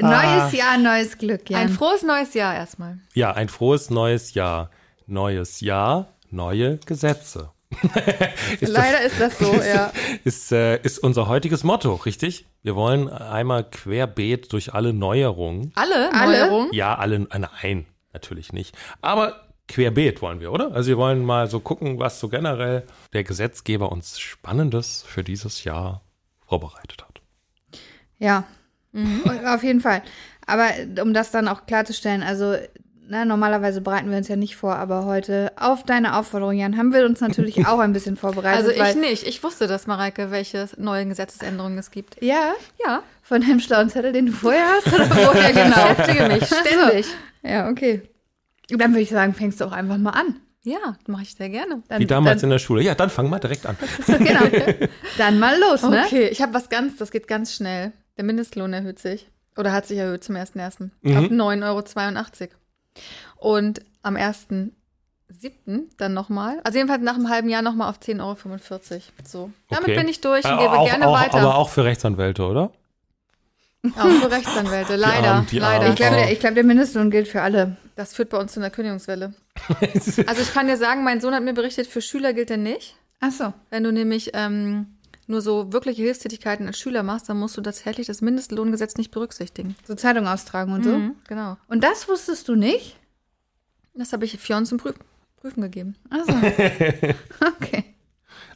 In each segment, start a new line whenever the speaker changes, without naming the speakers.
Neues Jahr, neues Glück, Jan.
Ah. Ein frohes neues Jahr erstmal.
Ja, ein frohes neues Jahr. Neues Jahr, neue Gesetze. ist,
Leider ist das so, ja.
ist, äh, ist unser heutiges Motto, richtig? Wir wollen einmal querbeet durch alle Neuerungen.
Alle,
Alle?
Neuerungen?
Ja, alle, äh, nein, natürlich nicht. Aber querbeet wollen wir, oder? Also wir wollen mal so gucken, was so generell der Gesetzgeber uns Spannendes für dieses Jahr vorbereitet hat.
Ja,
Mhm.
auf jeden Fall. Aber um das dann auch klarzustellen, also na, normalerweise bereiten wir uns ja nicht vor, aber heute auf deine Aufforderung, Jan, haben wir uns natürlich auch ein bisschen vorbereitet.
Also ich
weil,
nicht. Ich wusste das, Mareike, welche neuen Gesetzesänderungen es gibt.
Ja,
Ja,
von deinem schlauen Zettel, den du vorher hast? Oder woher
ich
genau?
beschäftige mich ständig.
Ja, okay. Dann würde ich sagen, fängst du auch einfach mal an.
Ja, mache ich sehr gerne.
Dann,
Wie damals ne?
Dann,
in der Schule. Ja, dann fangen wir direkt an.
genau. Dann mal los, ne?
Okay, ich habe was ganz, das geht ganz schnell. Der Mindestlohn erhöht sich oder hat sich erhöht zum 1.1. auf
Mhm.
9,82 Euro. Und am 1.7. dann nochmal, also jedenfalls nach einem halben Jahr nochmal auf 10,45 Euro. So, damit
Okay.
bin ich durch und
Äh,
gebe
auch,
gerne
auch,
weiter.
Aber auch für Rechtsanwälte, oder?
Auch für Rechtsanwälte, leider.
Armen, die
leider.
Armen.
Ich glaube, der, ich glaub, der Mindestlohn gilt für alle.
Das führt bei uns zu einer Kündigungswelle. Also ich kann dir sagen, mein Sohn hat mir berichtet, für Schüler gilt der nicht.
Ach so.
Wenn du nämlich ähm, nur so wirkliche Hilfstätigkeiten als Schüler machst, dann musst du tatsächlich das Mindestlohngesetz nicht berücksichtigen.
So Zeitung austragen und so.
Mhm, genau.
Und das wusstest du nicht?
Das habe ich Fionn zum Prüf Prüfen gegeben.
Also. Okay.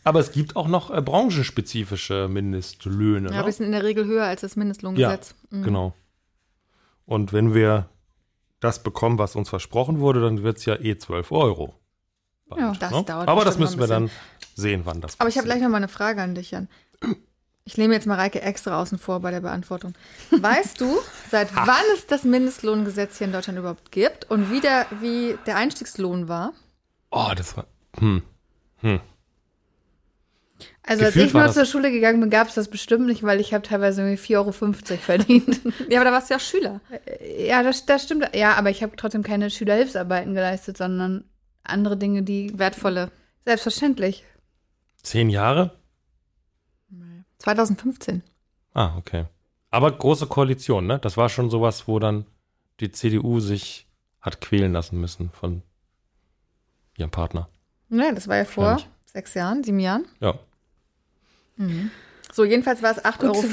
Aber es gibt auch noch äh, branchenspezifische Mindestlöhne.
Ja, aber
ne?
die sind in der Regel höher als das Mindestlohngesetz. Mhm.
Ja, genau. Und wenn wir das bekommen, was uns versprochen wurde, dann wird es ja eh 12 Euro. Bald,
Ja,
das dauert
Aber das
bestimmt
müssen
noch
wir
ein
dann sehen, wann das
Aber ich habe
passiert.
gleich noch mal eine Frage an dich, Jan. Ich nehme jetzt Mareike extra außen vor bei der Beantwortung. Weißt du, seit wann es das Mindestlohngesetz hier in Deutschland überhaupt gibt und wie der, wie der Einstiegslohn war?
Oh, das war. Hm.
Also als
Gefühlt
ich
war
nur
das-
zur Schule gegangen bin, gab es das bestimmt nicht, weil ich habe teilweise irgendwie 4,50 Euro verdient.
Ja, aber da warst du ja Schüler.
ja, das, das stimmt. Ja, aber ich habe trotzdem keine Schülerhilfsarbeiten geleistet, sondern andere Dinge, die
Wertvolle.
selbstverständlich.
Zehn Jahre?
2015.
Ah, okay. Aber große Koalition, ne? Das war schon sowas, wo dann die CDU sich hat quälen lassen müssen von ihrem Partner.
Naja, das war ja vor
Wahrscheinlich.
sechs Jahren, sieben Jahren.
Ja.
So, jedenfalls war es 8,50
Gut
Euro.
zu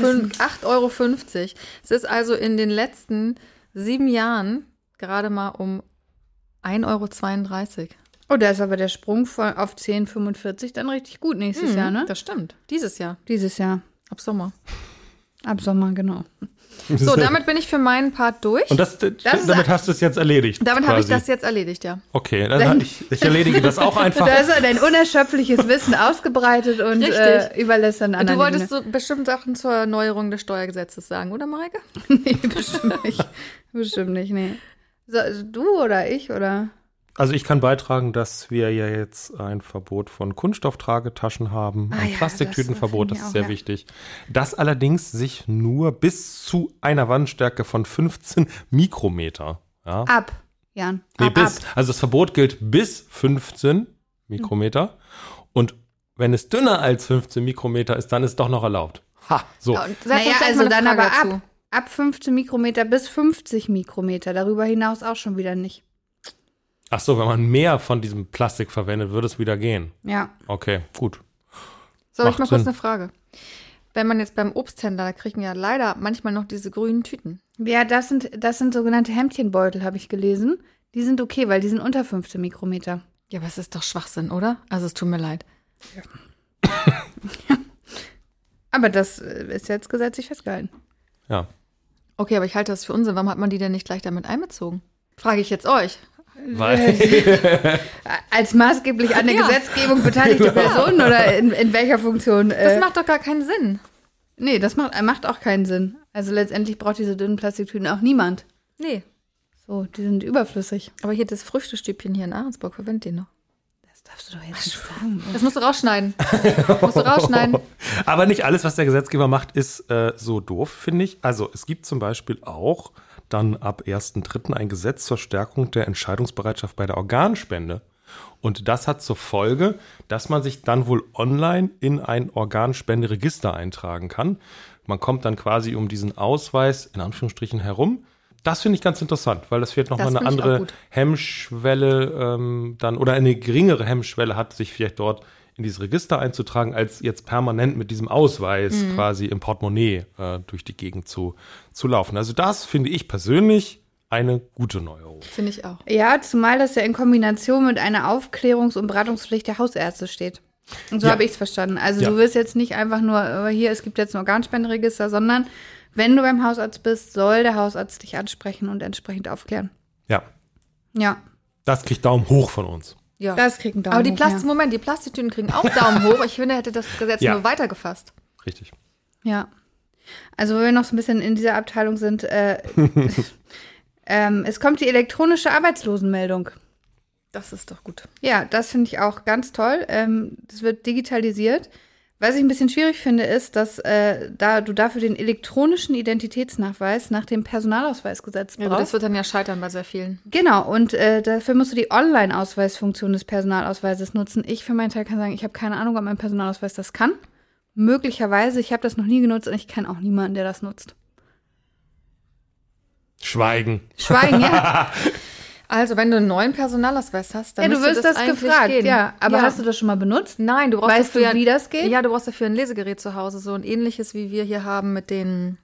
fün- 8,50 Euro. Es ist also in den letzten sieben Jahren gerade mal um 1,32 Euro.
Oh, da ist aber der Sprung von auf 10,45 dann richtig gut
Mhm.
nächstes Jahr, ne?
Das stimmt. Dieses Jahr,
Dieses Jahr.
ab Sommer.
Ab Sommer, genau.
So, damit bin ich für meinen Part durch.
Und das,
ist-
damit hast du es jetzt erledigt.
Damit habe ich
quasi.
das jetzt erledigt, ja.
Okay, dann,
Dann-
ich, ich erledige das auch einfach.
Da ist er dein unerschöpfliches Wissen ausgebreitet und
Richtig.
äh, überlässt dann
Du
anderen.
wolltest
Dinge.
so bestimmt Sachen zur Neuerung des Steuergesetzes sagen, oder Mareike?
nee, bestimmt nicht. bestimmt nicht, nee. So, also du oder ich oder?
Also ich kann beitragen, dass wir ja jetzt ein Verbot von Kunststofftragetaschen haben,
Ah
ein
ja,
Plastiktütenverbot,
das, äh,
das,
finde ich
ist sehr
auch, ja.
wichtig. Das allerdings sich nur bis zu einer Wandstärke von 15 Mikrometer. Ja?
Ab, Jan.
nee,
ab,
bis.
Ah, ab.
Also das Verbot gilt bis 15 Mikrometer. Und wenn es dünner als 15 Mikrometer ist, dann ist es doch noch erlaubt. Ha, so.
Ja, und setz uns
Naja,
gleich mal
also
eine
dann
Frage
aber
dazu.
ab. Ab 15 Mikrometer bis 50 Mikrometer. Darüber hinaus auch schon wieder nicht.
Ach so, wenn man mehr von diesem Plastik verwendet, würde es wieder gehen.
Ja.
Okay, gut.
So, hab
Macht
ich mal kurz
Sinn.
eine Frage. Wenn man jetzt beim Obsthändler, da kriegen ja leider manchmal noch diese grünen Tüten.
Ja, das sind, das sind sogenannte Hemdchenbeutel, habe ich gelesen. Die sind okay, weil die sind unter 15 Mikrometer.
Ja, aber es ist doch Schwachsinn, oder? Also es tut mir leid.
Aber das äh, ist jetzt gesetzlich festgehalten.
Ja.
Okay, aber ich halte das für Unsinn. Warum hat man die denn nicht gleich damit einbezogen? Frage ich jetzt euch.
Weil,
Als maßgeblich an der
Ja.
Gesetzgebung beteiligte
Genau.
Person oder in, in welcher Funktion?
Das
Äh,
macht doch gar keinen Sinn.
nee, das macht, macht auch keinen Sinn. Also letztendlich braucht diese dünnen Plastiktüten auch niemand.
Nee.
So, die sind überflüssig.
Aber hier das Früchtestübchen hier in Ahrensburg, verwendet den noch.
Das darfst du doch jetzt nicht sagen.
Das musst du rausschneiden. Das musst du rausschneiden.
aber nicht alles, was der Gesetzgeber macht, ist äh, so doof, finde ich. Also es gibt zum Beispiel auch dann ab 1.3. ein Gesetz zur Stärkung der Entscheidungsbereitschaft bei der Organspende. Und das hat zur Folge, dass man sich dann wohl online in ein Organspenderegister eintragen kann. Man kommt dann quasi um diesen Ausweis in Anführungsstrichen herum. Das finde ich ganz interessant, weil das vielleicht nochmal
Das
eine
finde ich auch
andere
gut.
Hemmschwelle ähm, dann oder eine geringere Hemmschwelle hat, sich vielleicht dort in dieses Register einzutragen, als jetzt permanent mit diesem Ausweis
Mhm.
quasi im Portemonnaie äh, durch die Gegend zu, zu laufen. Also das finde ich persönlich eine gute Neuerung.
Finde ich auch.
Ja, zumal das ja in Kombination mit einer Aufklärungs- und Beratungspflicht der Hausärzte steht. Und so
Ja.
habe ich es verstanden. Also
Ja.
du wirst jetzt nicht einfach nur, äh, hier, es gibt jetzt ein Organspenderegister, sondern wenn du beim Hausarzt bist, soll der Hausarzt dich ansprechen und entsprechend aufklären.
Ja,
Ja,
das kriegt Daumen hoch von uns.
Ja.
das kriegt einen Daumen
Aber die
hoch,
Plastik, Moment, die Plastiktüten kriegen auch Daumen hoch. Ich finde, hätte das Gesetz
Ja.
nur weitergefasst.
Richtig.
ja. ja. Also wo wir noch so ein bisschen in dieser Abteilung sind, äh, ähm, es kommt die elektronische Arbeitslosenmeldung.
Das ist doch gut.
Ja, das finde ich auch ganz toll. Ähm, das wird digitalisiert. Was ich ein bisschen schwierig finde, ist, dass äh, da du dafür den elektronischen Identitätsnachweis nach dem Personalausweisgesetz
Ja, aber
brauchst.
das wird dann ja scheitern bei sehr vielen.
genau, und äh, dafür musst du die Online-Ausweisfunktion des Personalausweises nutzen. Ich für meinen Teil kann sagen, ich habe keine Ahnung, ob mein Personalausweis das kann. Möglicherweise, ich habe das noch nie genutzt und ich kenne auch niemanden, der das nutzt.
Schweigen.
Schweigen, ja.
Also, wenn du einen neuen Personalausweis hast,
ja
dann
du
müsste
wirst das,
eigentlich
gefragt,
gehen.
ja. Aber
Ja.
hast du das schon mal benutzt?
Nein, du brauchst
Weißt
dafür
du, wie das geht?
Ja, du brauchst dafür ein Lesegerät zu Hause, so ein ähnliches wie wir hier haben mit den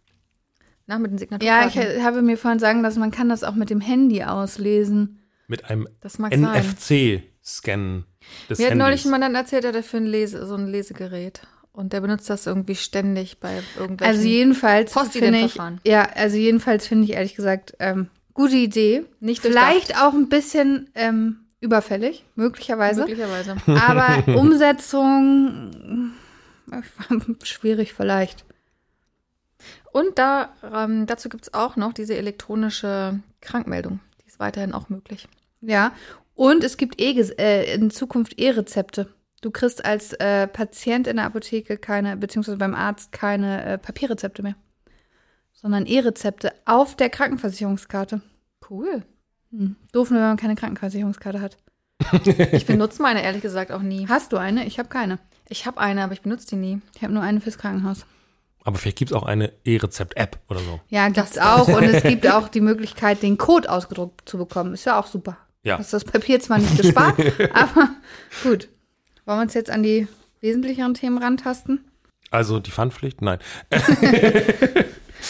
na, mit den
Ja,
Signaturkarten.
ich äh, habe mir vorhin sagen lassen, man kann das auch mit dem Handy auslesen.
Mit einem
Das mag sein.
NFC-Scan des
Mir hat neulich
Handys.
jemand dann erzählt, er hat dafür ein Lese, so ein Lesegerät und der benutzt das irgendwie ständig bei irgendwelchen.
Also jedenfalls finde ich,
Postidentverfahren.
ja, also jedenfalls finde ich ehrlich gesagt ähm, gute Idee.
Nicht durchdacht.
Vielleicht auch ein bisschen ähm, überfällig, möglicherweise.
möglicherweise.
Aber Umsetzung äh, schwierig vielleicht.
Und da, ähm, dazu gibt es auch noch diese elektronische Krankmeldung. Die ist weiterhin auch möglich.
Ja. Und es gibt eh ges- äh, in Zukunft E-Rezepte. Du kriegst als äh, Patient in der Apotheke keine, beziehungsweise beim Arzt keine äh, Papierrezepte mehr, sondern E-Rezepte auf der Krankenversicherungskarte.
Cool.
Hm. Doof nur, wenn man keine Krankenversicherungskarte hat.
Ich benutze meine ehrlich gesagt auch nie.
Hast du eine? Ich habe keine.
Ich habe eine, aber ich benutze die nie.
Ich habe nur eine fürs Krankenhaus.
Aber vielleicht gibt es auch eine E-Rezept-App oder so.
Ja, gibt's auch. Und es gibt auch die Möglichkeit, den Code ausgedruckt zu bekommen. Ist ja auch super.
Ja.
Hast das Papier zwar nicht gespart, aber gut. Wollen wir uns jetzt an die wesentlicheren Themen rantasten?
Also die Pfandpflicht? Nein.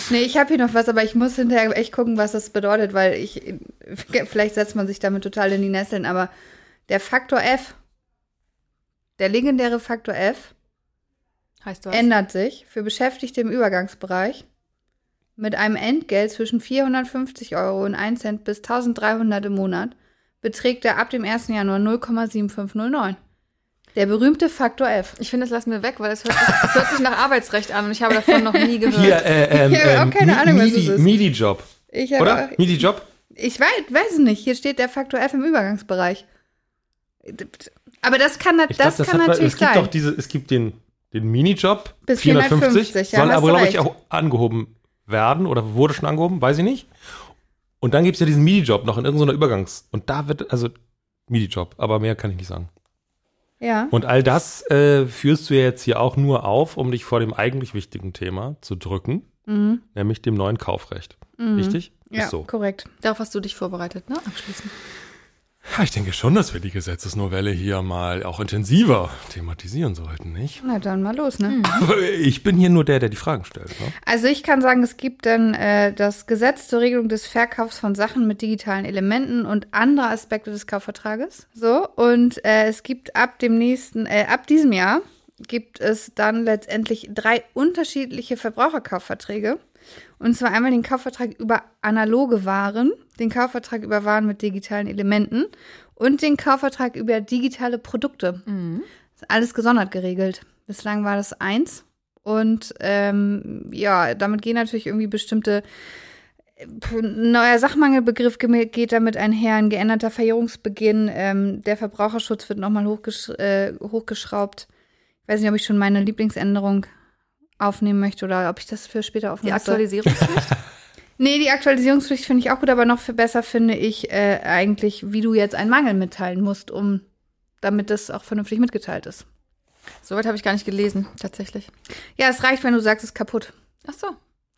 Nee, ich habe hier noch was, aber ich muss hinterher echt gucken, was das bedeutet, weil ich, vielleicht setzt man sich damit total in die Nesseln, aber der Faktor F, der legendäre Faktor F,
Heißt du was?
ändert sich für Beschäftigte im Übergangsbereich mit einem Entgelt zwischen 450 Euro und 1 Cent bis 1300 im Monat beträgt er ab dem 1. Januar 0,7509. Der berühmte Faktor F.
Ich finde, das lassen wir weg, weil das hört, sich, das hört sich nach Arbeitsrecht an und ich habe davon noch nie gehört.
Hier, äh, ähm,
Ich habe auch
ähm,
keine
Mi-
Ahnung, was
Midi,
es ist.
Midi-Job,
Ich, habe-
oder? Midi-Job?
ich weiß, weiß es nicht. Hier steht der Faktor F im Übergangsbereich. Aber das kann,
Ich
das
dachte,
kann
hat-
natürlich
es gibt
sein.
doch diese, es gibt den, den Minijob
Bis
450,
450, ja,
soll
hast
aber
du
glaube ich
recht.
auch angehoben werden oder wurde schon angehoben, weiß ich nicht. Und dann gibt es ja diesen Minijob noch in irgendeiner Übergangs und da wird also Minijob, aber mehr kann ich nicht sagen.
ja.
Und all das äh, führst du ja jetzt hier auch nur auf, um dich vor dem eigentlich wichtigen Thema zu drücken,
Mhm.
nämlich dem neuen Kaufrecht. Richtig?
Ja,
Ist so.
korrekt.
Darauf hast du dich vorbereitet, ne? Abschließend.
Ja, ich denke schon, dass wir die Gesetzesnovelle hier mal auch intensiver thematisieren sollten, nicht?
Na dann mal los, ne?
Ich bin hier nur der, der die Fragen stellt. Ne?
Also ich kann sagen, es gibt dann äh, das Gesetz zur Regelung des Verkaufs von Sachen mit digitalen Elementen und andere Aspekte des Kaufvertrages. So und äh, es gibt ab dem nächsten, äh, ab diesem Jahr gibt es dann letztendlich drei unterschiedliche Verbraucherkaufverträge. Und zwar einmal den Kaufvertrag über analoge Waren, den Kaufvertrag über Waren mit digitalen Elementen und den Kaufvertrag über digitale Produkte.
Mhm. Hm,
Ist alles gesondert geregelt. Bislang war das eins. Und ähm, ja, damit gehen natürlich irgendwie bestimmte Puh, ein neuer Sachmangelbegriff gem- geht damit einher, ein geänderter Verjährungsbeginn, ähm, der Verbraucherschutz wird nochmal hochgesch äh, hochgeschraubt. Ich weiß nicht, ob ich schon meine Lieblingsänderung aufnehmen möchte oder ob ich das für später
Die
aufnehmen soll.
Aktualisierungspflicht?
Nee, die Aktualisierungspflicht finde ich auch gut, aber noch viel besser finde ich äh, eigentlich, wie du jetzt einen Mangel mitteilen musst, um damit das auch vernünftig mitgeteilt ist.
Soweit habe ich gar nicht gelesen, tatsächlich.
Ja, es reicht, wenn du sagst, es ist kaputt.
Ach so.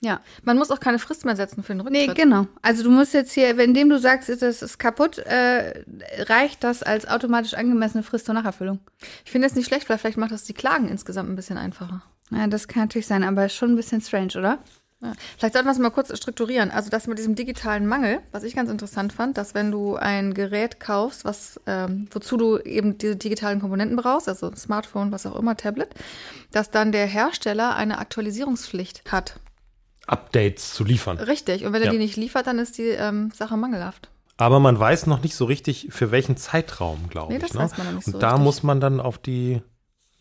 Ja.
Man muss auch keine Frist mehr setzen für den Rücktritt.
Nee, genau. Also du musst jetzt hier, wenn dem du sagst, es ist kaputt, äh, reicht das als automatisch angemessene Frist zur Nacherfüllung.
ich finde es nicht schlecht, weil vielleicht macht das die Klagen insgesamt ein bisschen einfacher.
Ja, das kann natürlich sein, aber ist schon ein bisschen strange, oder?
Ja. Vielleicht sollten wir es mal kurz strukturieren. Also das mit diesem digitalen Mangel, was ich ganz interessant fand, dass wenn du ein Gerät kaufst, was, ähm, wozu du eben diese digitalen Komponenten brauchst, also Smartphone, was auch immer, Tablet, dass dann der Hersteller eine Aktualisierungspflicht hat.
Updates zu liefern.
Richtig. Und wenn er
Ja.
die nicht liefert, dann ist die ähm, Sache mangelhaft.
Aber man weiß noch nicht so richtig, für welchen Zeitraum, glaube
Nee,
ich.
das
ne?
weiß man noch nicht
Und
so
da
richtig.
muss man dann auf die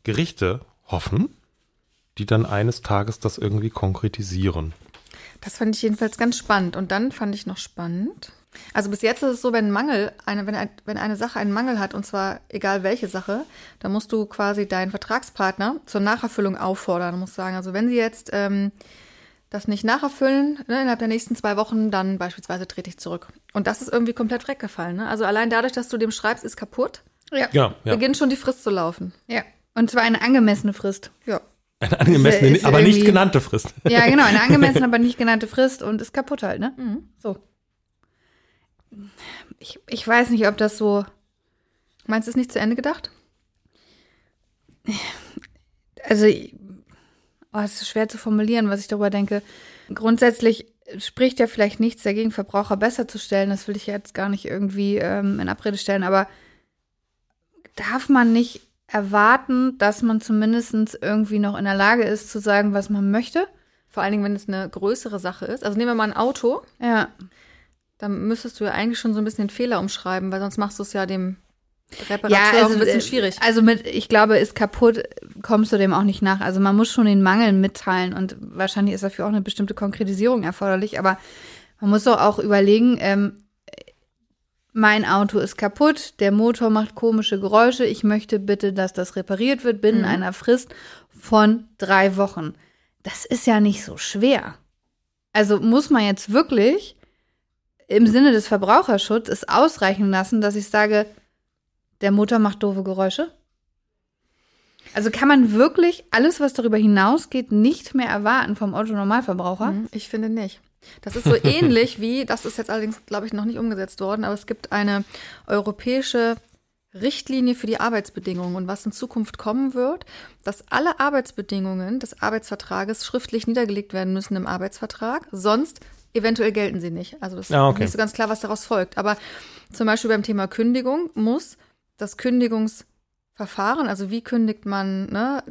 Gerichte hoffen, die dann eines Tages das irgendwie konkretisieren.
Das fand ich jedenfalls ganz spannend. Und dann fand ich noch spannend. Also bis jetzt ist es so, wenn ein Mangel, eine, wenn, ein, wenn eine Sache einen Mangel hat, und zwar egal welche Sache, dann musst du quasi deinen Vertragspartner zur Nacherfüllung auffordern. Du musst sagen, also wenn sie jetzt ähm, das nicht nacherfüllen, ne, innerhalb der nächsten zwei Wochen, dann beispielsweise trete ich zurück. Und das ist irgendwie komplett weggefallen. Ne? Also allein dadurch, dass du dem schreibst, ist kaputt,
Ja.
Ja, ja.
beginnt schon die Frist zu laufen.
Ja. Und zwar eine angemessene Frist.
Ja.
Eine angemessene,
Ist ja- ist ja
aber nicht
irgendwie-
genannte Frist.
Ja, genau, eine angemessene, aber nicht genannte Frist und ist kaputt halt, ne? So. Ich, ich weiß nicht, ob das so.
Meinst du, ist nicht zu Ende gedacht?
Also, ich- oh, es ist schwer zu formulieren, was ich darüber denke. Grundsätzlich spricht ja vielleicht nichts dagegen, Verbraucher besser zu stellen. Das will ich jetzt gar nicht irgendwie ähm, in Abrede stellen, aber darf man nicht erwarten, dass man zumindest irgendwie noch in der Lage ist, zu sagen, was man möchte?
Vor allen Dingen, wenn es eine größere Sache ist. Also nehmen wir mal ein Auto.
Ja,
Dann müsstest du ja eigentlich schon so ein bisschen den Fehler umschreiben, weil sonst machst du es ja dem Reparateur auch ein bisschen
äh,
schwierig.
Also mit, ich glaube, ist kaputt, kommst du dem auch nicht nach. Also man muss schon den Mangel mitteilen und wahrscheinlich ist dafür auch eine bestimmte Konkretisierung erforderlich. Aber man muss doch auch überlegen, ähm, mein Auto ist kaputt, der Motor macht komische Geräusche, ich möchte bitte, dass das repariert wird binnen
Mhm.
einer Frist von drei Wochen. Das ist ja nicht so schwer. Also muss man jetzt wirklich im Sinne des Verbraucherschutzes es ausreichen lassen, dass ich sage, der Motor macht doofe Geräusche? Also kann man wirklich alles, was darüber hinausgeht, nicht mehr erwarten vom Autonormalverbraucher?
Mhm.
Hm, Ich finde nicht. Das ist so ähnlich wie, das ist jetzt allerdings, glaube ich, noch nicht umgesetzt worden, aber es gibt eine europäische Richtlinie für die Arbeitsbedingungen und was in Zukunft kommen wird, dass alle Arbeitsbedingungen des Arbeitsvertrages schriftlich niedergelegt werden müssen im Arbeitsvertrag, sonst eventuell gelten sie nicht. Also das
Ah,
ist
okay.
nicht so ganz klar, was daraus folgt. Aber zum Beispiel beim Thema Kündigung muss das Kündigungsverfahren, also wie kündigt man, ne,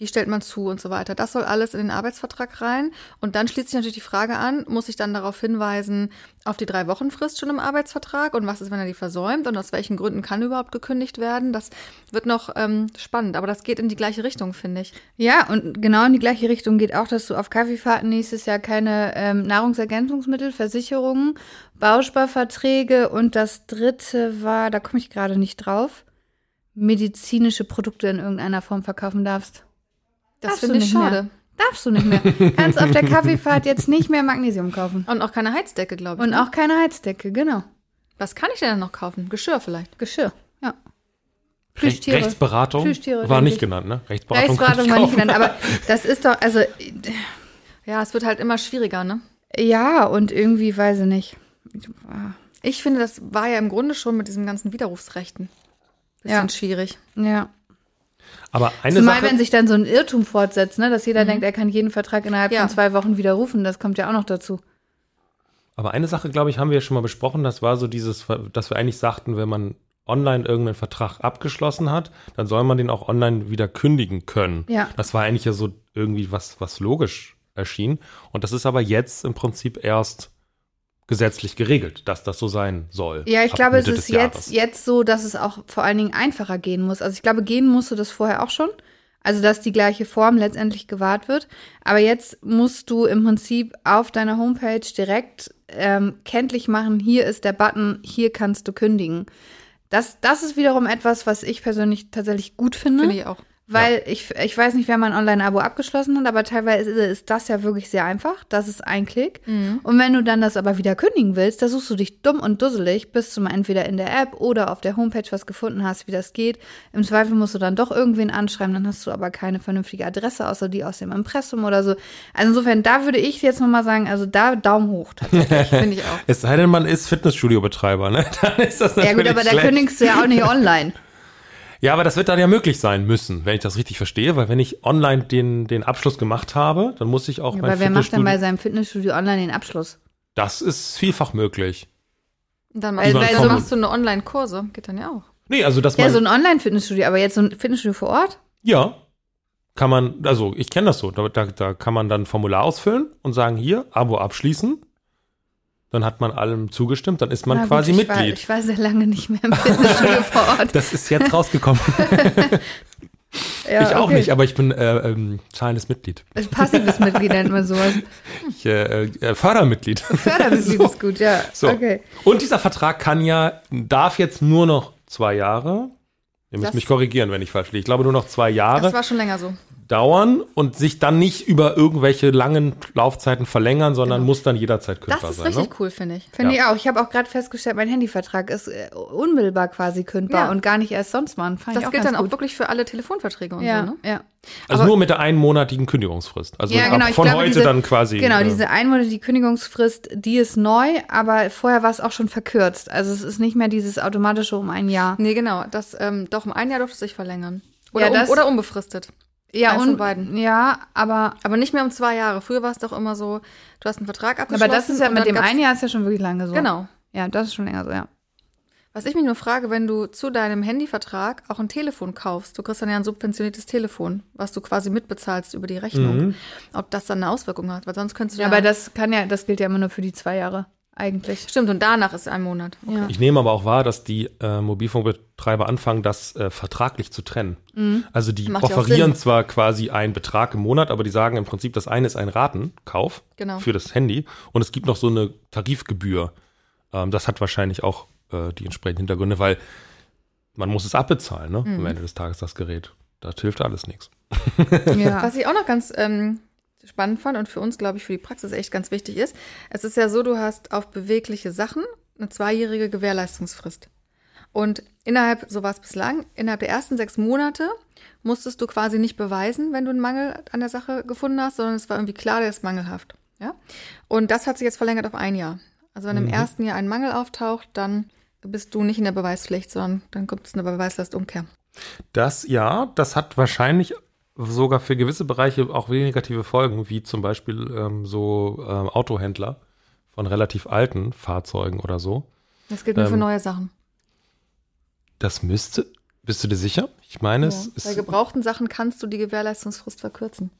wie stellt man zu und so weiter, das soll alles in den Arbeitsvertrag rein. Und dann schließt sich natürlich die Frage an, muss ich dann darauf hinweisen, auf die drei Wochen Frist schon im Arbeitsvertrag und was ist, wenn er die versäumt und aus welchen Gründen kann überhaupt gekündigt werden? Das wird noch ähm, spannend, aber das geht in die gleiche Richtung, finde ich.
Ja, und genau in die gleiche Richtung geht auch, dass du auf Kaffeefahrten nächstes Jahr keine ähm, Nahrungsergänzungsmittel, Versicherungen, Bausparverträge und das dritte war, da komme ich gerade nicht drauf, medizinische Produkte in irgendeiner Form verkaufen darfst.
Das
Darfst du
finde ich
nicht mehr.
schade.
Darfst du nicht mehr. Kannst auf der Kaffeefahrt jetzt nicht mehr Magnesium kaufen.
Und auch keine Heizdecke, glaube ich.
Und
ne?
auch keine Heizdecke, genau.
was kann ich denn dann noch kaufen? Geschirr vielleicht.
Geschirr, ja.
Recht-
Plüschtiere.
Rechtsberatung
Plüschtiere,
war
denke
nicht
ich.
genannt, ne? Rechtsberatung, kann
Rechtsberatung
ich
war nicht
kaufen.
genannt, aber das ist doch, also
Ja, es wird halt immer schwieriger, ne?
ja, und irgendwie weiß ich nicht.
Ich finde, das war ja im Grunde schon mit diesen ganzen Widerrufsrechten. Bisschen
Ja.
schwierig.
Ja.
Aber eine
Zumal,
Sache,
wenn sich dann so ein Irrtum fortsetzt, ne, dass jeder denkt, er kann jeden Vertrag innerhalb
Mhm. Ja.
von zwei Wochen widerrufen, das kommt ja auch noch dazu.
aber eine Sache, glaube ich, haben wir schon mal besprochen. Das war so dieses, dass wir eigentlich sagten, wenn man online irgendeinen Vertrag abgeschlossen hat, dann soll man den auch online wieder kündigen können.
Ja.
Das war eigentlich ja so irgendwie was, was logisch erschien. Und das ist aber jetzt im Prinzip erst gesetzlich geregelt, dass das so sein soll.
Ja, ich
ab
glaube, es
Mitte
ist
des Jahres.
jetzt, jetzt so, dass es auch vor allen Dingen einfacher gehen muss. Also ich glaube, gehen musste das vorher auch schon. Also, dass die gleiche Form letztendlich gewahrt wird. Aber jetzt musst du im Prinzip auf deiner Homepage direkt ähm, kenntlich machen, hier ist der Button, hier kannst du kündigen. Das, das ist wiederum etwas, was ich persönlich tatsächlich gut finde.
Finde ich auch.
Weil ich, ich weiß nicht, wer mein Online-Abo abgeschlossen hat, aber teilweise ist das ja wirklich sehr einfach. Das ist ein Klick.
Mhm.
Mhm.
Und wenn du dann das aber wieder kündigen willst, da suchst du dich dumm und dusselig, bis du mal entweder in der App oder auf der Homepage was gefunden hast, wie das geht. Im Zweifel musst du dann doch irgendwen anschreiben, dann hast du aber keine vernünftige Adresse, außer die aus dem Impressum oder so. Also insofern, da würde ich jetzt nochmal sagen, also da Daumen hoch tatsächlich.
Finde ich auch.
Es sei denn, man ist Fitnessstudio-Betreiber, ne? Dann ist das
ja
natürlich
gut, aber da
schlecht.
kündigst du ja auch nicht online.
Ja, aber das wird dann ja möglich sein müssen, wenn ich das richtig verstehe, weil wenn ich online den, den Abschluss gemacht habe, dann muss ich auch mein
aber wer macht denn
Fitnessstudio-
bei seinem Fitnessstudio online den Abschluss?
Das ist vielfach möglich.
Und dann
Weil-
machst, du-
weil
also
so-
machst du eine Online-Kurse. Geht dann ja auch.
Nee, also dass man
Ja, so ein Online-Fitnessstudio, aber jetzt so ein Fitnessstudio vor Ort?
Ja. Kann man, also ich kenne das so, da, da, da kann man dann ein Formular ausfüllen und sagen, hier, Abo abschließen. Dann hat man allem zugestimmt, dann ist man
Na gut,
quasi
ich War,
Mitglied.
ich war sehr lange nicht mehr im Fitnessstudio vor Ort.
das ist jetzt rausgekommen.
Ja,
ich auch
okay.
nicht, aber ich bin äh, ähm, zahlendes Mitglied.
Als Passives Mitglied nennt man sowas.
Ich, äh, äh, Fördermitglied.
Fördermitglied ist gut, ja.
So.
Okay.
Und dieser Vertrag kann ja, darf jetzt nur noch zwei Jahre. Ihr müsst
Das-
mich korrigieren, wenn ich falsch liege. Ich glaube nur noch zwei
Das
Jahre
war schon länger so.
dauern und sich dann nicht über irgendwelche langen Laufzeiten verlängern, sondern
Genau.
muss dann jederzeit
Das
kündbar
ist
sein. ne?
richtig cool, finde ich.
Finde
Ja.
ich auch. Ich habe auch gerade festgestellt, mein Handyvertrag ist äh, unmittelbar quasi kündbar
Ja.
und gar nicht erst sonst machen. Fand ich
Das
auch
gilt dann
ganz
auch
gut.
wirklich für alle Telefonverträge und
Ja,
so, ne?
ja.
Also
Aber-
nur mit der einmonatigen Kündigungsfrist. Also
Ja,
ab
genau, ich
von
glaube,
heute
diese-
dann quasi.
Genau,
äh,
diese Einwohner, die Kündigungsfrist, die ist neu, aber vorher war es auch schon verkürzt. Also es ist nicht mehr dieses automatische um ein Jahr.
Nee, genau. Das, ähm, doch, um ein Jahr durfte es sich verlängern. Oder,
Ja, das-
um, oder unbefristet.
Ja,
Eins von
und
beiden.
ja, aber,
Aber nicht mehr um zwei Jahre. Früher war es doch immer so, du hast einen Vertrag abgeschlossen.
aber das ist ja
und
mit
dann
dem
gab's-
einen Jahr ist ja schon wirklich lange so.
Genau.
Ja, das ist schon länger so, ja.
Was ich mich nur frage, wenn du zu deinem Handyvertrag auch ein Telefon kaufst, du kriegst dann ja ein subventioniertes Telefon, was du quasi mitbezahlst über die Rechnung,
Mhm.
ob das dann eine Auswirkung hat, weil sonst könntest du
Ja, aber das kann ja, das gilt ja immer nur für die zwei Jahre eigentlich.
Stimmt, und danach ist ein Monat.
Ja.
Ich nehme aber auch wahr, dass die äh, Mobilfunkbetreiber anfangen, das äh, vertraglich zu trennen. Also die
Mhm. Macht ja auch
offerieren
Sinn.
zwar quasi einen Betrag im Monat, aber die sagen im Prinzip, das eine ist ein Ratenkauf
Genau.
für das Handy und es gibt noch so eine Tarifgebühr. Ähm, das hat wahrscheinlich auch äh, die entsprechenden Hintergründe, weil man muss es abbezahlen, ne?
Mhm.
Am Ende des Tages das Gerät. Das hilft alles nichts.
Ja.
Was ich auch noch ganz ähm, spannend fand und für uns, glaube ich, für die Praxis echt ganz wichtig ist, es ist ja so, du hast auf bewegliche Sachen eine zweijährige Gewährleistungsfrist. Und innerhalb, so war es bislang, innerhalb der ersten sechs Monate musstest du quasi nicht beweisen, wenn du einen Mangel an der Sache gefunden hast, sondern es war irgendwie klar, der ist mangelhaft. Ja? Und das hat sich jetzt verlängert auf ein Jahr. Also wenn im ersten Jahr ein Mangel auftaucht, dann bist du nicht in der Beweispflicht, sondern dann gibt es eine Beweislastumkehr.
Das ja, das hat wahrscheinlich sogar für gewisse Bereiche auch negative Folgen, wie zum Beispiel ähm, so ähm, Autohändler von relativ alten Fahrzeugen oder so.
Das gilt nur für
Ähm,
neue Sachen.
Das müsste. Bist du dir sicher? Ich meine, es
Ja. Bei
ist
gebrauchten Sachen kannst du die Gewährleistungsfrist verkürzen.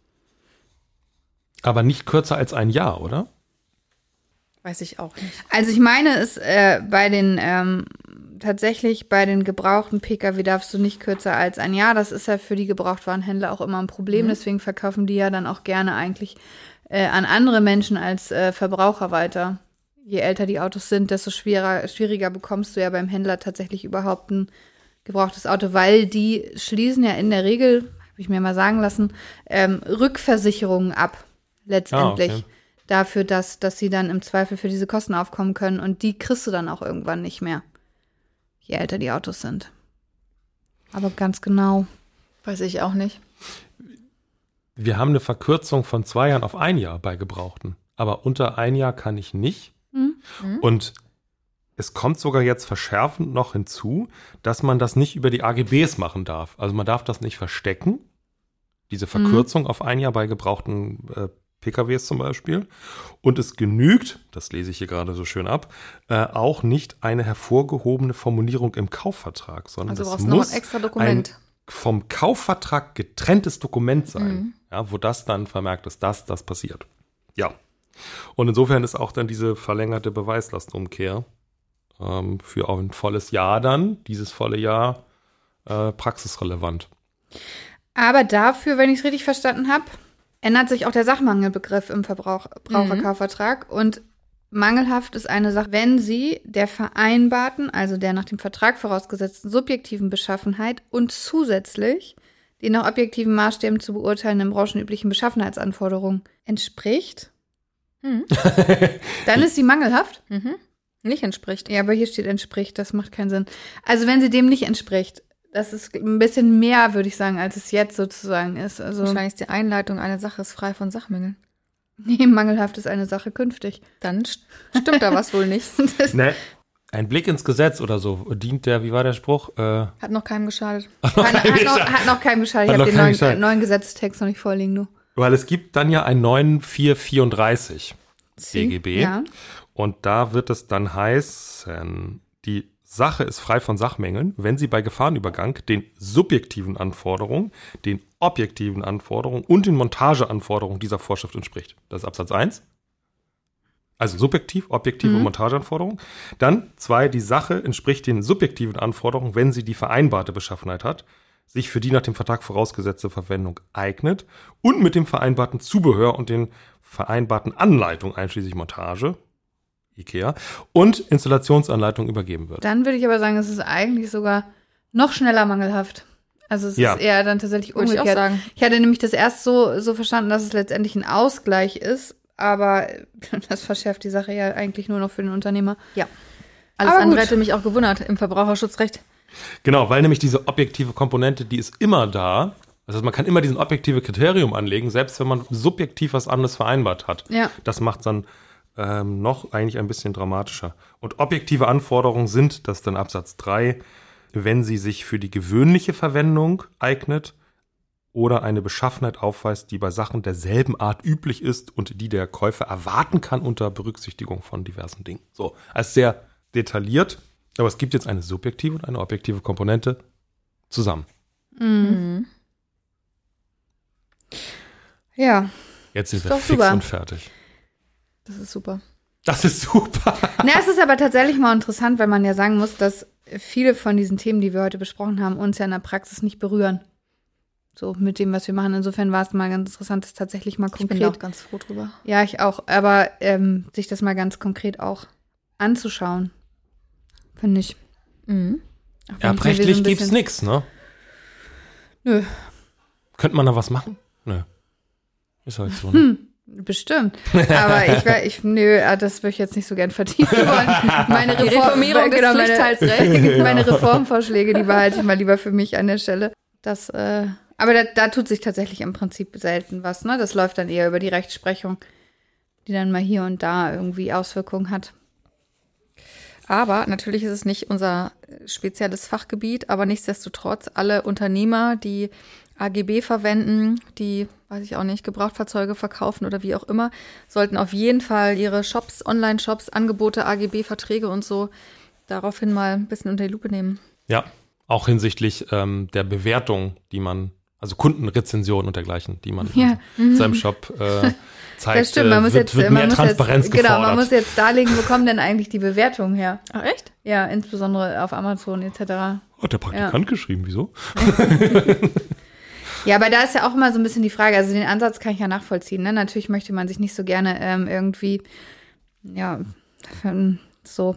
aber nicht kürzer als ein Jahr, oder?
Weiß ich auch nicht.
Also ich meine es äh, bei den ähm, tatsächlich bei den gebrauchten Pkw darfst du nicht kürzer als ein Jahr. Das ist ja für die Gebrauchtwarenhändler auch immer ein Problem.
Mhm.
Deswegen verkaufen die ja dann auch gerne eigentlich äh, an andere Menschen als äh, Verbraucher weiter. Je älter die Autos sind, desto schwerer, schwieriger bekommst du ja beim Händler tatsächlich überhaupt ein gebrauchtes Auto, weil die schließen ja in der Regel, habe ich mir mal sagen lassen, ähm, Rückversicherungen ab letztendlich.
Ah, okay.
Dafür, dass, dass sie dann im Zweifel für diese Kosten aufkommen können und die kriegst du dann auch irgendwann nicht mehr, je älter die Autos sind. Aber ganz genau.
Weiß ich auch nicht.
Wir haben eine Verkürzung von zwei Jahren auf ein Jahr bei Gebrauchten. Aber unter ein Jahr kann ich nicht.
Hm?
Mhm.
Und es kommt sogar jetzt verschärfend noch hinzu, dass man das nicht über die AGBs machen darf. Also man darf das nicht verstecken. Diese
Mhm.
Verkürzung auf ein Jahr bei gebrauchten äh, PKWs zum Beispiel. Und es genügt, das lese ich hier gerade so schön ab, äh, auch nicht eine hervorgehobene Formulierung im Kaufvertrag, sondern
Also
das
brauchst du noch
muss
ein extra Dokument.
ein vom Kaufvertrag getrenntes Dokument sein. ja, wo das dann vermerkt ist, dass das passiert. Ja. Und insofern ist auch dann diese verlängerte Beweislastumkehr ähm, für auch ein volles Jahr dann, dieses volle Jahr, äh, praxisrelevant.
Aber dafür, wenn ich es richtig verstanden habe, ändert sich auch der Sachmangelbegriff im Verbrauch- Verbraucherkaufvertrag. Und mangelhaft ist eine Sache, wenn sie der vereinbarten, also der nach dem Vertrag vorausgesetzten subjektiven Beschaffenheit und zusätzlich den nach objektiven Maßstäben zu beurteilenden branchenüblichen Beschaffenheitsanforderungen entspricht,
Mhm.
dann ist sie mangelhaft.
Mhm. Nicht entspricht.
Ja, aber hier steht entspricht, das macht keinen Sinn. Also wenn sie dem nicht entspricht, das ist ein bisschen mehr, würde ich sagen, als es jetzt sozusagen ist. Also
Wahrscheinlich ist die Einleitung einer Sache ist frei von Sachmängeln.
nee, mangelhaft ist eine Sache künftig.
Dann st- stimmt da was wohl nicht.
Das,
Ne? Ein Blick ins Gesetz oder so dient der, wie war der Spruch? Äh,
Hat noch keinem geschadet.
Hat, hat, noch, hat noch keinen Bescheid. Ich
Hat
habe
noch
den
keinen
neuen,
Bescheid.
äh, neuen Gesetzestext noch nicht vorliegen, du.
weil es gibt dann ja einen neuen 434 DGB.
Ja.
Und da wird es dann heißen, die Sache ist frei von Sachmängeln, wenn sie bei Gefahrenübergang den subjektiven Anforderungen, den objektiven Anforderungen und den Montageanforderungen dieser Vorschrift entspricht. Das ist Absatz 1. Also subjektiv, objektive und Montageanforderungen. Dann zwei, die Sache entspricht den subjektiven Anforderungen, wenn sie die vereinbarte Beschaffenheit hat, sich für die nach dem Vertrag vorausgesetzte Verwendung eignet und mit dem vereinbarten Zubehör und den vereinbarten Anleitungen einschließlich Montage IKEA und Installationsanleitung übergeben wird.
Dann würde ich aber sagen, es ist eigentlich sogar noch schneller mangelhaft. Also es
Ja.
ist eher dann tatsächlich
Würde ich auch
umgekehrt.
sagen.
Ich hatte nämlich das erst so, so verstanden, dass es letztendlich ein Ausgleich ist, aber das verschärft die Sache ja eigentlich nur noch für den Unternehmer.
Ja. Alles
Aber
andere
gut.
hätte mich auch gewundert im Verbraucherschutzrecht.
Genau, weil nämlich diese objektive Komponente, die ist immer da. Also man kann immer diesen objektive Kriterium anlegen, selbst wenn man subjektiv was anderes vereinbart hat.
Ja.
Das macht dann ähm, noch eigentlich ein bisschen dramatischer. Und objektive Anforderungen sind, das ist dann Absatz 3, wenn sie sich für die gewöhnliche Verwendung eignet oder eine Beschaffenheit aufweist, die bei Sachen derselben Art üblich ist und die der Käufer erwarten kann unter Berücksichtigung von diversen Dingen. So, also sehr detailliert, aber es gibt jetzt eine subjektive und eine objektive Komponente zusammen.
Mhm.
Mhm.
Ja,
Jetzt sind
Ist
wir
doch
fix
super.
und fertig.
Das ist super.
Das ist super.
Na, es ist aber tatsächlich mal interessant, weil man ja sagen muss, dass viele von diesen Themen, die wir heute besprochen haben, uns ja in der Praxis nicht berühren. So mit dem, was wir machen. Insofern war es mal ganz interessant, das tatsächlich mal
Ich bin da auch
konkret.
ganz froh drüber.
Ja, ich auch. Aber ähm, sich das mal ganz konkret auch anzuschauen, finde ich.
Mhm.
Auch wenn ich mir so ein
Erbrechtlich gibt's
bisschen-
nix, ne?
Nö.
Könnte man da was machen? Nö. Ist halt so, ne?
Hm. Bestimmt. Aber ich, wär- ich nö, ah, das würde ich jetzt nicht so gern vertiefen wollen. Meine
Die
Reform- Genau,
Reformierung des Pflichtteilsrechts.
meine, meine Reformvorschläge, die behalte ich mal lieber für mich an der Stelle. Das, äh, aber da, da tut sich tatsächlich im Prinzip selten was. Ne? Das läuft dann eher über die Rechtsprechung, die dann mal hier und da irgendwie Auswirkungen hat.
Aber natürlich ist es nicht unser äh, spezielles Fachgebiet, aber nichtsdestotrotz alle Unternehmer, die AGB verwenden, die, weiß ich auch nicht, Gebrauchtfahrzeuge verkaufen oder wie auch immer, sollten auf jeden Fall ihre Shops, Online-Shops, Angebote, AGB, Verträge und so daraufhin mal ein bisschen unter die Lupe nehmen.
Ja, auch hinsichtlich ähm, der Bewertung, die man, also Kundenrezensionen und dergleichen, die man
Ja. mhm.
in seinem Shop äh, zeigt.
das stimmt,
äh,
man muss
wird,
jetzt,
wird
man
mehr
muss
Transparenz
jetzt
gefordert.
genau, man muss jetzt darlegen, wo kommen denn eigentlich die Bewertungen her?
Ach echt?
Ja, insbesondere auf Amazon etc.
Hat Oh, der Praktikant geschrieben, wieso?
Ja, aber da ist ja auch immer so ein bisschen die Frage, also den Ansatz kann ich ja nachvollziehen. Ne? Natürlich möchte man sich nicht so gerne ähm, irgendwie, ja, ähm, so.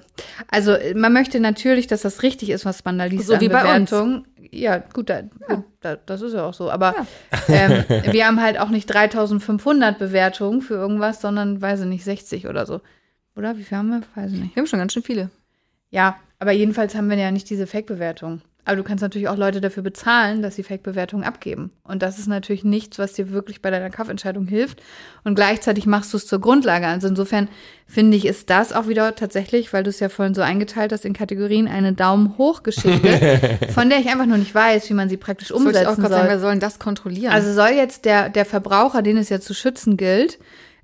Also äh, man möchte natürlich, dass das richtig ist, was man da liest.
So wie bei uns.
uns. Ja, gut, da, gut, da, das ist ja auch so. Aber ähm, wir haben halt auch nicht 3500 Bewertungen für irgendwas, sondern, weiß ich nicht, 60 oder so. Oder wie viel haben wir? Weiß ich nicht.
Wir haben schon ganz schön viele.
Ja, aber jedenfalls haben wir ja nicht diese Fake-Bewertung. Aber du kannst natürlich auch Leute dafür bezahlen, dass sie Fake-Bewertungen abgeben. Und das ist natürlich nichts, was dir wirklich bei deiner Kaufentscheidung hilft. Und gleichzeitig machst du es zur Grundlage. Also insofern finde ich, ist das auch wieder tatsächlich, weil du es ja vorhin so eingeteilt hast in Kategorien, eine Daumen-hoch-Geschichte, von der ich einfach nur nicht weiß, wie man sie praktisch
Das wollte ich auch
umsetzen
gerade sagen,
soll.
wir sollen das kontrollieren.
Also soll jetzt der, der Verbraucher, den es ja zu schützen gilt,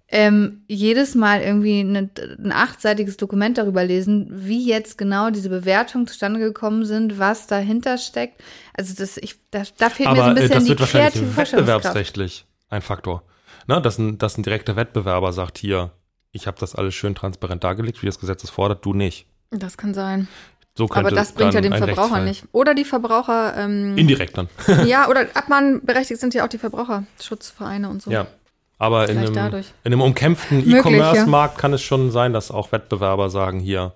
ähm, jedes Mal irgendwie eine, ein achtseitiges Dokument darüber lesen, wie jetzt genau diese Bewertungen zustande gekommen sind, was dahinter steckt. Also das, ich, da, da fehlt mir so ein
Aber äh,
bisschen
das
die
wird wahrscheinlich
kreative Vorstellungskraft.
wettbewerbsrechtlich ein Faktor. Na, dass, ein, dass ein direkter Wettbewerber sagt, hier, ich habe das alles schön transparent dargelegt, wie das Gesetz es fordert, du nicht.
Das kann sein.
So könnte
Aber das bringt ja
dann
dem
ein Rechtsfall-
Verbraucher nicht. Oder die Verbraucher, ähm,
Indirekt dann.
ja, oder abmahnberechtigt sind ja auch die Verbraucherschutzvereine und so.
Ja. Aber in
Mhm. Vielleicht
einem, in
dadurch.
einem umkämpften
Möglich,
E-Commerce-Markt kann es schon sein, dass auch Wettbewerber sagen, hier,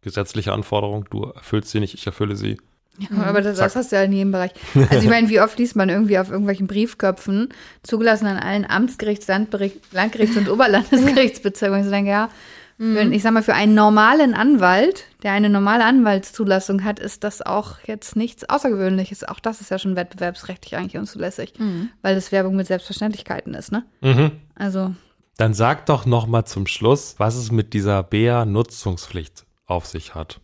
gesetzliche Anforderung, du erfüllst sie nicht, ich erfülle sie.
Ja, Mhm. aber das,
Zack.
das hast du ja in jedem Bereich. Also ich meine, wie oft liest man irgendwie auf irgendwelchen Briefköpfen, zugelassen an allen Amtsgerichts-, Landbericht- Landgerichts- und Oberlandesgerichtsbezirken. Und ich so denke, ja, für, ich sag mal, für einen normalen Anwalt, der eine normale Anwaltszulassung hat, ist das auch jetzt nichts Außergewöhnliches. Auch das ist ja schon wettbewerbsrechtlich eigentlich
Mhm.
unzulässig, weil das Werbung mit Selbstverständlichkeiten ist, ne?
Mhm.
Also,
Dann sag doch noch mal zum Schluss, was es mit dieser BEA-Nutzungspflicht auf sich hat.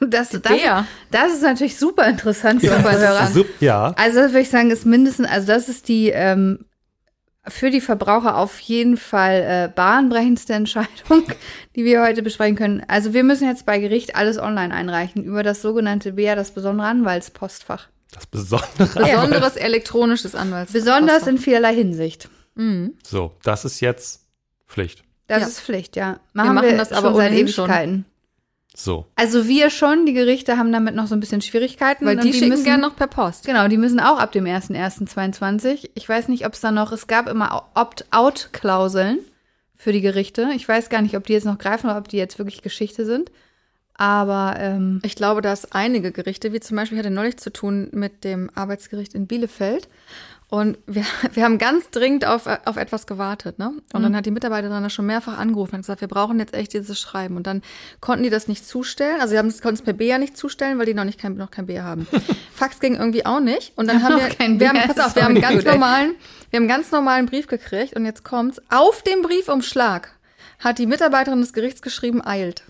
das, das,
Bea.
das ist natürlich super interessant für unsere Hörer.
Sup- ja.
Also das würde ich sagen, ist mindestens, also das ist die ähm, für die Verbraucher auf jeden Fall äh, bahnbrechendste Entscheidung, die wir heute besprechen können. Also wir müssen jetzt bei Gericht alles online einreichen über das sogenannte BEA, das besondere Anwaltspostfach.
Das Besondere.
Besonderes elektronisches Anwalts.
Besonders Genau, in vielerlei Hinsicht.
Mhm.
So, das ist jetzt Pflicht.
Das
Ja.
ist Pflicht, ja.
machen das aber
schon seit
ohnehin schon.
Ewigkeiten.
So.
Also wir schon, die Gerichte haben damit noch so ein bisschen Schwierigkeiten.
Weil
und
die, schicken
müssen-
gerne noch per Post.
Genau, die müssen auch ab dem 01.01.22. Ich weiß nicht, ob es da noch, es gab immer Opt-out-Klauseln für die Gerichte. Ich weiß gar nicht, ob die jetzt noch greifen oder ob die jetzt wirklich Geschichte sind. Aber ähm,
Ich glaube, dass einige Gerichte, wie zum Beispiel, ich hatte neulich zu tun mit dem Arbeitsgericht in Bielefeld. Und wir, wir haben ganz dringend auf, auf etwas gewartet. Ne? Und
Mhm.
dann hat die Mitarbeiterin da schon mehrfach angerufen und gesagt, wir brauchen jetzt echt dieses Schreiben. Und dann konnten die das nicht zustellen. Also sie haben es- konnten es per BEA nicht zustellen, weil die noch, nicht kein, noch kein BEA haben. Fax ging irgendwie auch nicht. Und dann haben
Noch
wir,
kein
wir haben,
BEA,
pass
das
auf, wir
war
haben einen
nicht
ganz
gut, ey.
normalen, wir haben einen ganz normalen Brief gekriegt. Und jetzt kommt's. Auf dem Briefumschlag hat die Mitarbeiterin des Gerichts geschrieben, eilt.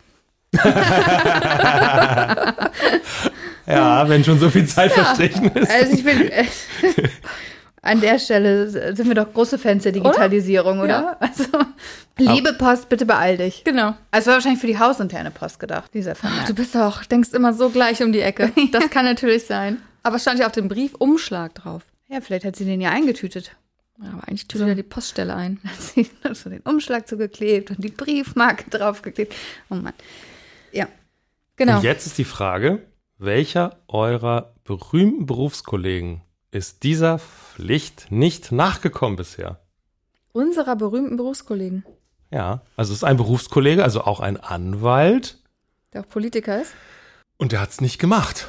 Ja, wenn schon so viel Zeit verstrichen ist.
also ich bin äh, an der Stelle sind wir doch große Fans der Digitalisierung, oder?
Ja.
Also, liebe Post, bitte beeil dich.
Genau.
Also war wahrscheinlich für die hausinterne Post gedacht, dieser
Ach,
Vermerk.
Du bist auch, denkst immer so gleich um die Ecke. Das kann natürlich sein. Aber es stand ja auf dem Briefumschlag drauf.
Ja, vielleicht hat sie den ja eingetütet.
Ja, Aber eigentlich tut wieder die Poststelle ein.
Hat sie noch so den Umschlag zugeklebt und die Briefmarke draufgeklebt. Oh Mann. Ja.
Genau.
Und jetzt ist die Frage, welcher eurer berühmten Berufskollegen ist dieser Pflicht nicht nachgekommen bisher?
Unserer berühmten Berufskollegen,
Ja, also es ist ein Berufskollege, also auch ein Anwalt
der auch Politiker ist.
und der hat es nicht gemacht.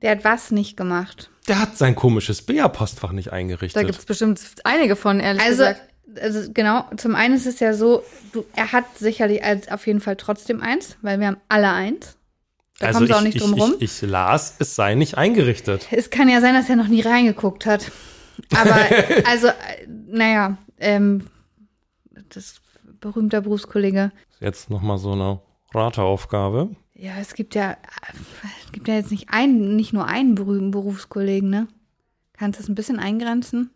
Der hat was nicht gemacht.
Der hat sein komisches BA-Postfach nicht
Da
eingerichtet.
gibt es bestimmt einige von, ehrlich
Also,
gesagt.
also genau, zum einen ist es ja so, du, er hat sicherlich als auf jeden Fall trotzdem eins, weil wir haben alle eins. Da kommen sie auch nicht drum
Also ich,
rum.
Ich, ich las, es sei nicht eingerichtet.
Es kann ja sein, dass er noch nie reingeguckt hat. Aber also, äh, naja, ähm, das berühmter Berufskollege.
Jetzt nochmal so eine Rateaufgabe.
Ja, es gibt ja, es gibt ja jetzt nicht einen, nicht nur einen berühmten Berufskollegen, ne? Kannst du das ein bisschen eingrenzen?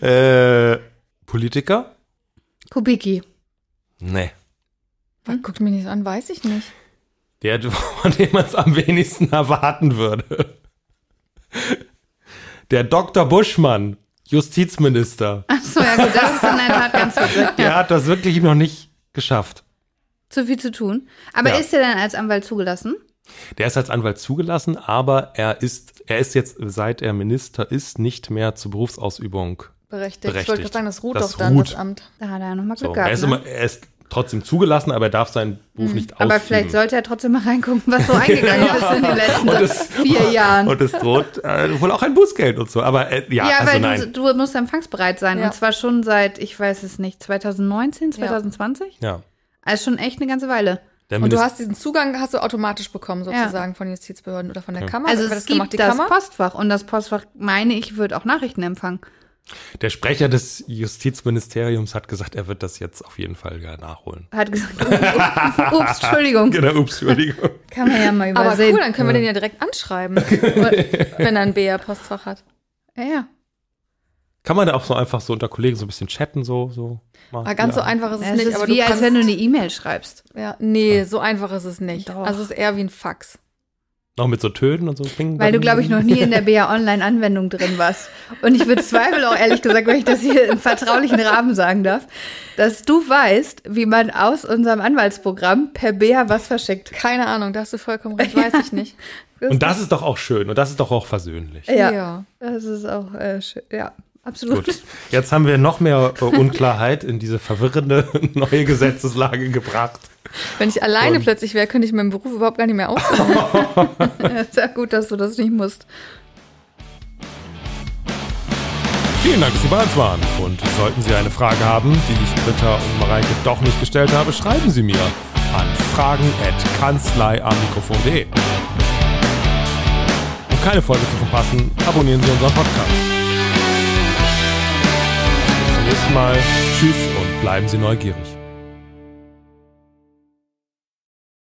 Äh, Politiker?
Kubicki.
Nee.
hm? Guckt Guck mich nicht so an, weiß ich nicht.
Der, von dem man es am wenigsten erwarten würde. Der Dr. Buschmann, Justizminister,
Achso, ja gut, das ist in der Tat ganz verrückt.
der hat das wirklich noch nicht geschafft.
Zu viel zu tun. Aber
Ja.
ist er dann als Anwalt zugelassen?
Der ist als Anwalt zugelassen, aber er ist, er ist jetzt, seit er Minister ist, nicht mehr zur Berufsausübung.
Berechtigt. Ich wollte
Berechtigt.
gerade sagen, das ruht
Das
doch dann, das
ruht.
Amt.
Da hat er ja nochmal Glück
So.
gehabt.
Er, ist
ne? Mhm.
immer, er ist trotzdem zugelassen, aber er darf seinen Beruf nicht ausüben.
Aber vielleicht sollte er trotzdem mal reingucken, was so eingegangen ist in den letzten
Und es-
vier Jahren.
Und es droht äh, wohl auch ein Bußgeld und so. Aber äh, ja,
ja,
also
weil
nein.
du, du musst empfangsbereit sein.
Ja.
Und zwar schon seit, ich weiß es nicht, 2019, 2020?
Ja.
Also schon echt eine ganze Weile.
Der
Und du
Minister-
hast diesen Zugang hast du automatisch bekommen, sozusagen, von Justizbehörden oder von der Kammer.
Also
Wer
es gibt
die
das
Kammer.
Postfach. Und das Postfach, meine ich, wird auch Nachrichten empfangen.
der Sprecher des Justizministeriums hat gesagt, er wird das jetzt auf jeden Fall ja, nachholen.
Hat gesagt, oh, ups, Entschuldigung.
Genau, ups, Entschuldigung.
Kann man ja mal
Aber
übersehen.
cool, dann können wir den ja direkt anschreiben, wenn er ein BR-Postfach hat.
ja, ja.
Kann man da auch so einfach so unter Kollegen so ein bisschen chatten, so, so. mal-
Ah, ganz so
ja.
einfach ist es
Es
nicht,
ist
aber
wie,
du
als
kannst,
wenn du eine E-Mail schreibst.
ja, nee, so einfach ist es nicht.
Doch.
Also es ist eher wie ein Fax.
Noch mit so Tönen und so. Bing,
Weil du,
bang.
glaube ich, noch nie in der BA Online-Anwendung drin warst. Und ich bezweifle auch ehrlich gesagt, wenn ich das hier im vertraulichen Rahmen sagen darf, dass du weißt, wie man aus unserem Anwaltsprogramm per BA was verschickt.
Keine Ahnung, da hast du vollkommen recht, weiß ich nicht.
Und das ist doch auch schön und das ist doch auch versöhnlich.
Ja.
Ja.
Das ist auch äh, schön. Ja, absolut.
Gut. Jetzt haben wir noch mehr äh, Unklarheit in diese verwirrende neue Gesetzeslage gebracht.
Wenn ich alleine
Und-
plötzlich wäre, könnte ich meinen Beruf überhaupt gar nicht mehr aus.
Sehr gut, dass du das nicht musst.
Vielen Dank, dass Sie bei uns waren. Und sollten Sie eine Frage haben, die ich Britta und Mareike doch nicht gestellt habe, schreiben Sie mir an fragen.kanzleiamikrofon.de. Um keine Folge zu verpassen, abonnieren Sie unseren Podcast. Bis zum nächsten Mal. Tschüss und bleiben Sie neugierig.